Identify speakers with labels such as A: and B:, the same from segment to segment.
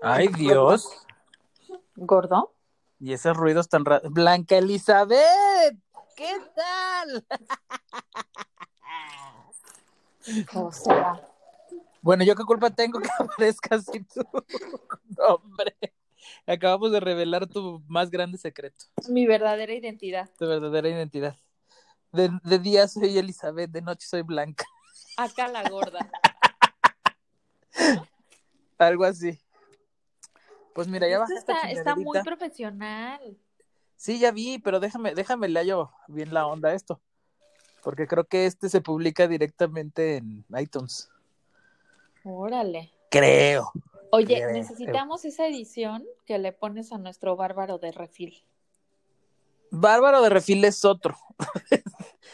A: Ay, Dios.
B: ¿Gordo?
A: Y esos ruidos tan raros. Blanca Elizabeth, ¿qué tal?
B: O sea,
A: Bueno, ¿yo qué culpa tengo que aparezca así tu nombre? Acabamos de revelar tu más grande secreto,
B: mi verdadera identidad.
A: tu verdadera identidad. De, de día soy Elizabeth, de noche soy Blanca.
B: Acá la gorda.
A: Algo así. Pues mira, ya
B: Esto
A: baja esta
B: está, está muy
A: chingaderita.
B: profesional.
A: Sí, ya vi, pero déjame, déjame le hallo bien la onda a esto. Porque creo que este se publica directamente en iTunes.
B: Órale.
A: Creo.
B: Oye,
A: Mira,
B: necesitamos esa edición que le pones a nuestro bárbaro de refil.
A: Bárbaro de Refil es otro.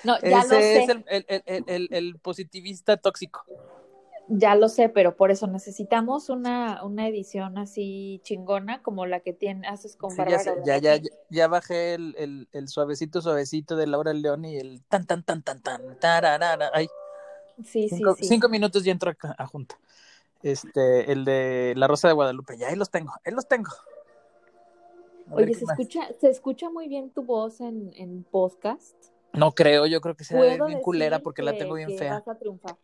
B: No, ya
A: Ese
B: lo sé,
A: es el, el- el- el- el- el positivista tóxico.
B: ya lo sé, pero por eso necesitamos una, una edición así chingona como la que tiene, haces con
A: Sí, ya,
B: Bárbaro.
A: sé,
B: de
A: ya, ya,
B: Refil.
A: ya bajé el, el- el suavecito, suavecito de Laura León y el tan, tan, tan, tan, tan, tararara. Ay,
B: Sí, sí,
A: cinco,
B: sí.
A: cinco minutos y entro acá, a junta. Este, el de La Rosa de Guadalupe. Ya ahí los tengo, ahí los tengo. A ver
B: Oye,
A: qué
B: ¿se
A: más.
B: escucha, ¿se escucha muy bien tu voz en, en podcast?
A: No creo, yo creo que sea
B: Puedo
A: bien culera
B: decir
A: porque la
B: que-
A: tengo bien
B: que
A: fea.
B: vas a triunfar.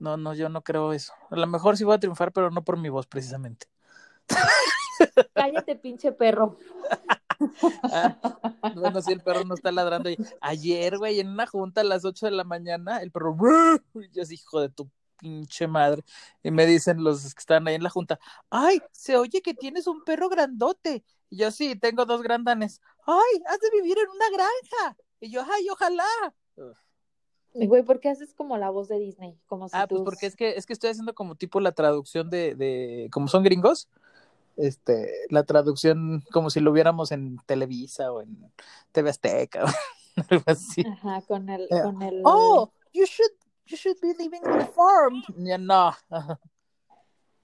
A: No, no, yo no creo eso. A lo mejor sí voy a triunfar, pero no por mi voz precisamente.
B: Cállate, pinche perro.
A: Ah, bueno, sí, el perro no está ladrando. ahí. Ayer, güey, en una junta a las 8 de la mañana, el perro, "Bruh", y yo así, hijo de tu pinche madre. Y me dicen los que están ahí en la junta, ay, se oye que tienes un perro grandote. Y yo sí, tengo dos grandanes. Ay, has de vivir en una granja. Y yo, ay, ojalá.
B: Güey, ¿por qué haces como la voz de Disney? Como si
A: Ah, pues
B: tus-
A: porque es que, es que estoy haciendo como tipo la traducción de, de, como son gringos, este, la traducción como si lo viéramos en Televisa o en TV Azteca o algo así.
B: Ajá, con el...
A: Eh,
B: Con el...
A: Oh, you should, you should be living in the farm. Ya no.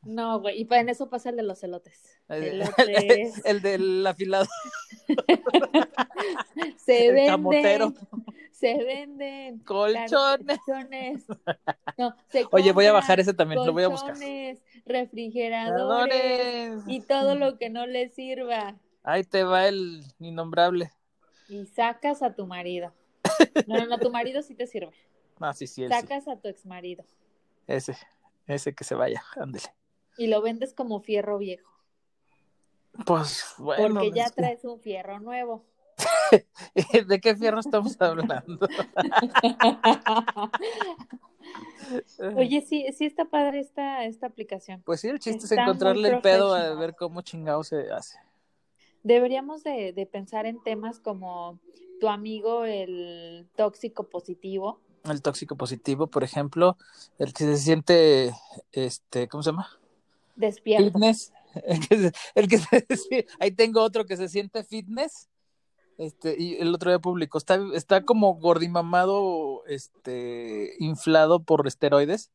B: No, güey, y pa- en eso pasa el de los elotes.
A: El,
B: Elotes.
A: el del afilado.
B: se
A: el
B: venden.
A: camotero.
B: Se venden.
A: Colchones.
B: Colchones. No, se
A: Oye, voy a
B: compran
A: bajar ese también, lo voy a buscar.
B: Colchones, refrigeradores
A: Adores.
B: y todo lo que no le sirva.
A: Ahí te va el innombrable.
B: Y sacas a tu marido. No, no, no, tu marido sí te sirve.
A: Ah, sí, sí, él sí.
B: Sacas a tu exmarido
A: Ese, ese que se vaya, ándele.
B: y lo vendes como fierro viejo,
A: Pues bueno.
B: porque ya
A: es que-
B: traes un fierro nuevo.
A: pues, ¿De qué fierro estamos hablando?
B: Oye, sí, sí está padre esta, esta aplicación.
A: Pues sí, el chiste es
B: Está muy
A: encontrarle el pedo a
B: profesional.
A: ver cómo chingado se hace.
B: Deberíamos de, de pensar en temas como tu amigo el tóxico positivo.
A: El tóxico positivo, por ejemplo, el que se siente, este, ¿cómo se llama?
B: Despierto.
A: Fitness. El que se, el que se- sí, ahí tengo otro que se siente fitness. Este, y el otro día publicó, está, está como gordimamado, este, inflado por esteroides.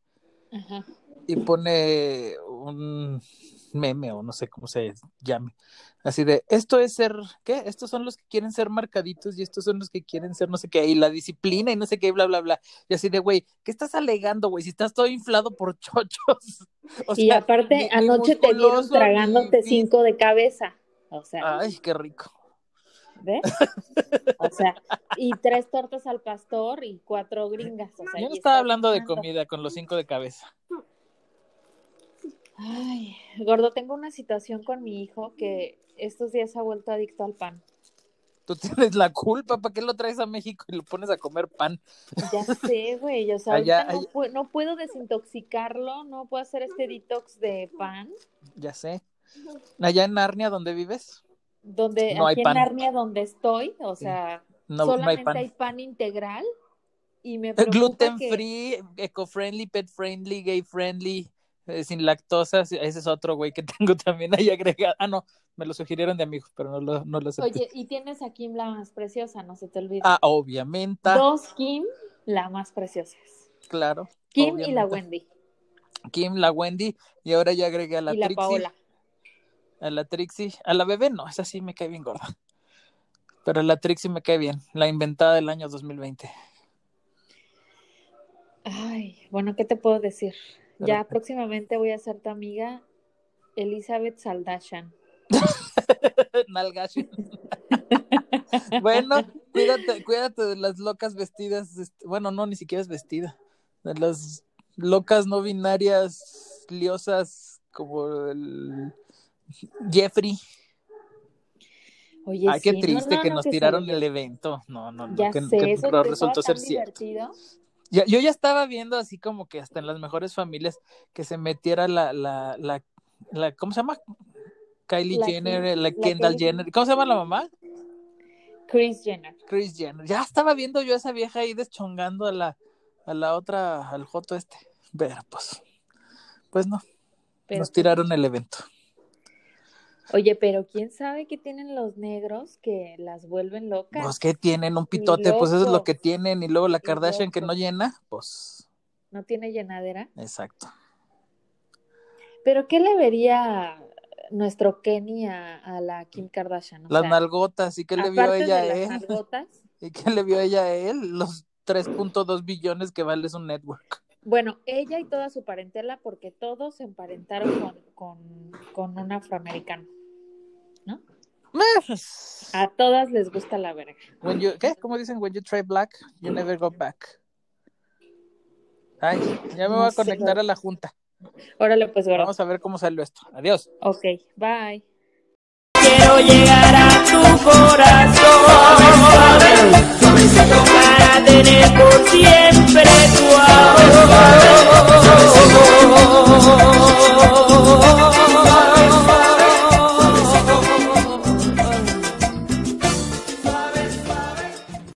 B: Ajá.
A: y pone un meme o no sé cómo se llame. Así de, esto es ser, ¿qué? Estos son los que quieren ser marcaditos y estos son los que quieren ser no sé qué, y la disciplina y no sé qué, y bla, bla, bla. Y así de, güey, ¿qué estás alegando, güey? Si estás todo inflado por chochos. O
B: y
A: sea,
B: aparte,
A: ni- ni
B: anoche te vieron
A: musculoso, ni
B: tragándote
A: fit.
B: cinco de cabeza. O sea,
A: Ay, qué rico.
B: ¿ves? O sea, y tres tortas al pastor y cuatro gringas. O
A: Yo
B: sea, y
A: no estaba
B: estás
A: hablando de
B: cenando.
A: comida con los cinco de cabeza.
B: Ay, gordo, tengo una situación con mi hijo que estos días se ha vuelto adicto al pan.
A: Tú tienes la culpa, ¿para qué lo traes a México y lo pones a comer pan?
B: Ya sé, güey, o sea,
A: Allá-
B: ahorita no,
A: allá-
B: pu- no puedo desintoxicarlo, no puedo hacer este detox de pan,
A: Ya sé. Allá en Narnia, donde vives,
B: donde
A: No hay
B: aquí en
A: pan.
B: Narnia donde estoy, o sea,
A: no, no hay
B: solamente
A: pan. Eh,
B: hay pan integral y me preocupa
A: Gluten
B: que
A: free, eco friendly, pet friendly, gay friendly, eh, sin lactosa. sí, Ese es otro güey que tengo también ahí agregado. Ah, no, me lo sugirieron de amigos, pero no lo, no lo acepté.
B: Oye, y tienes a Kim la más preciosa, no se te olvide.
A: Ah, obviamente,
B: Dos Kim, la más preciosas.
A: claro.
B: Kim y la
A: obviamente.
B: Wendy
A: Kim, la Wendy, y ahora ya agregué a la
B: y la
A: Trixie.
B: Paola.
A: A la Trixie. A la bebé no, esa sí me cae bien gorda. Pero la Trixie me cae bien, la inventada del año 2020.
B: Ay, bueno, ¿qué te puedo decir?
A: Pero-
B: Ya próximamente voy a ser tu amiga Elizabeth Saldashan.
A: Nalgashin. bueno, cuídate, cuídate de las locas vestidas, este, bueno, no, ni siquiera es vestida, de las locas no binarias, liosas, como el Jeffrey.
B: Oye,
A: Ay, qué
B: sí, no,
A: triste
B: no,
A: que
B: no,
A: nos
B: se
A: tiraron
B: oye.
A: el evento. No, no, no,
B: Ya
A: que,
B: sé,
A: que
B: eso
A: no
B: te
A: resultó
B: resultó
A: ser
B: tan
A: cierto.
B: divertido.
A: Ya- yo ya estaba viendo así como que hasta en las mejores familias que se metiera la, la, la, la ¿cómo se llama? Kylie
B: La
A: Jenner,
B: Kim-
A: la
B: la
A: Kendall
B: Kylie
A: Jenner. ¿Cómo se llama la mamá?
B: Chris Jenner.
A: Chris Jenner. Ya estaba viendo yo a esa vieja ahí deschongando a la, a la otra, al joto este. Ver, pues, pues no,
B: Pero,
A: nos tiraron el evento.
B: Oye, pero quién sabe qué tienen los negros que las vuelven locas.
A: Pues que tienen un
B: Ni
A: pitote, pues eso es lo
B: loco,
A: que tienen. Y luego la
B: ni
A: Kardashian que
B: loco.
A: no llena, pues,
B: No tiene llenadera.
A: exacto.
B: Pero ¿qué le vería nuestro Kenny a, a la Kim Kardashian? O
A: Las
B: sea,
A: nalgotas, ¿y qué le vio
B: aparte
A: ella eh? a
B: de las
A: él?
B: nalgotas,
A: ¿Y qué le vio ella a él? Los 3.2 billones que vale su network.
B: Bueno, ella y toda su parentela, porque todos se emparentaron con, con, con un afroamericano. A todas les gusta la verga.
A: When you- ¿Qué? ¿Cómo dicen? When you try black, you never go back. Ay, ya me
B: No
A: voy a
B: sé.
A: conectar a la junta.
B: Órale, pues, gordo.
A: Vamos a ver cómo salió esto. Adiós.
B: Ok, bye.
C: Quiero llegar a tu corazón para tener por siempre tu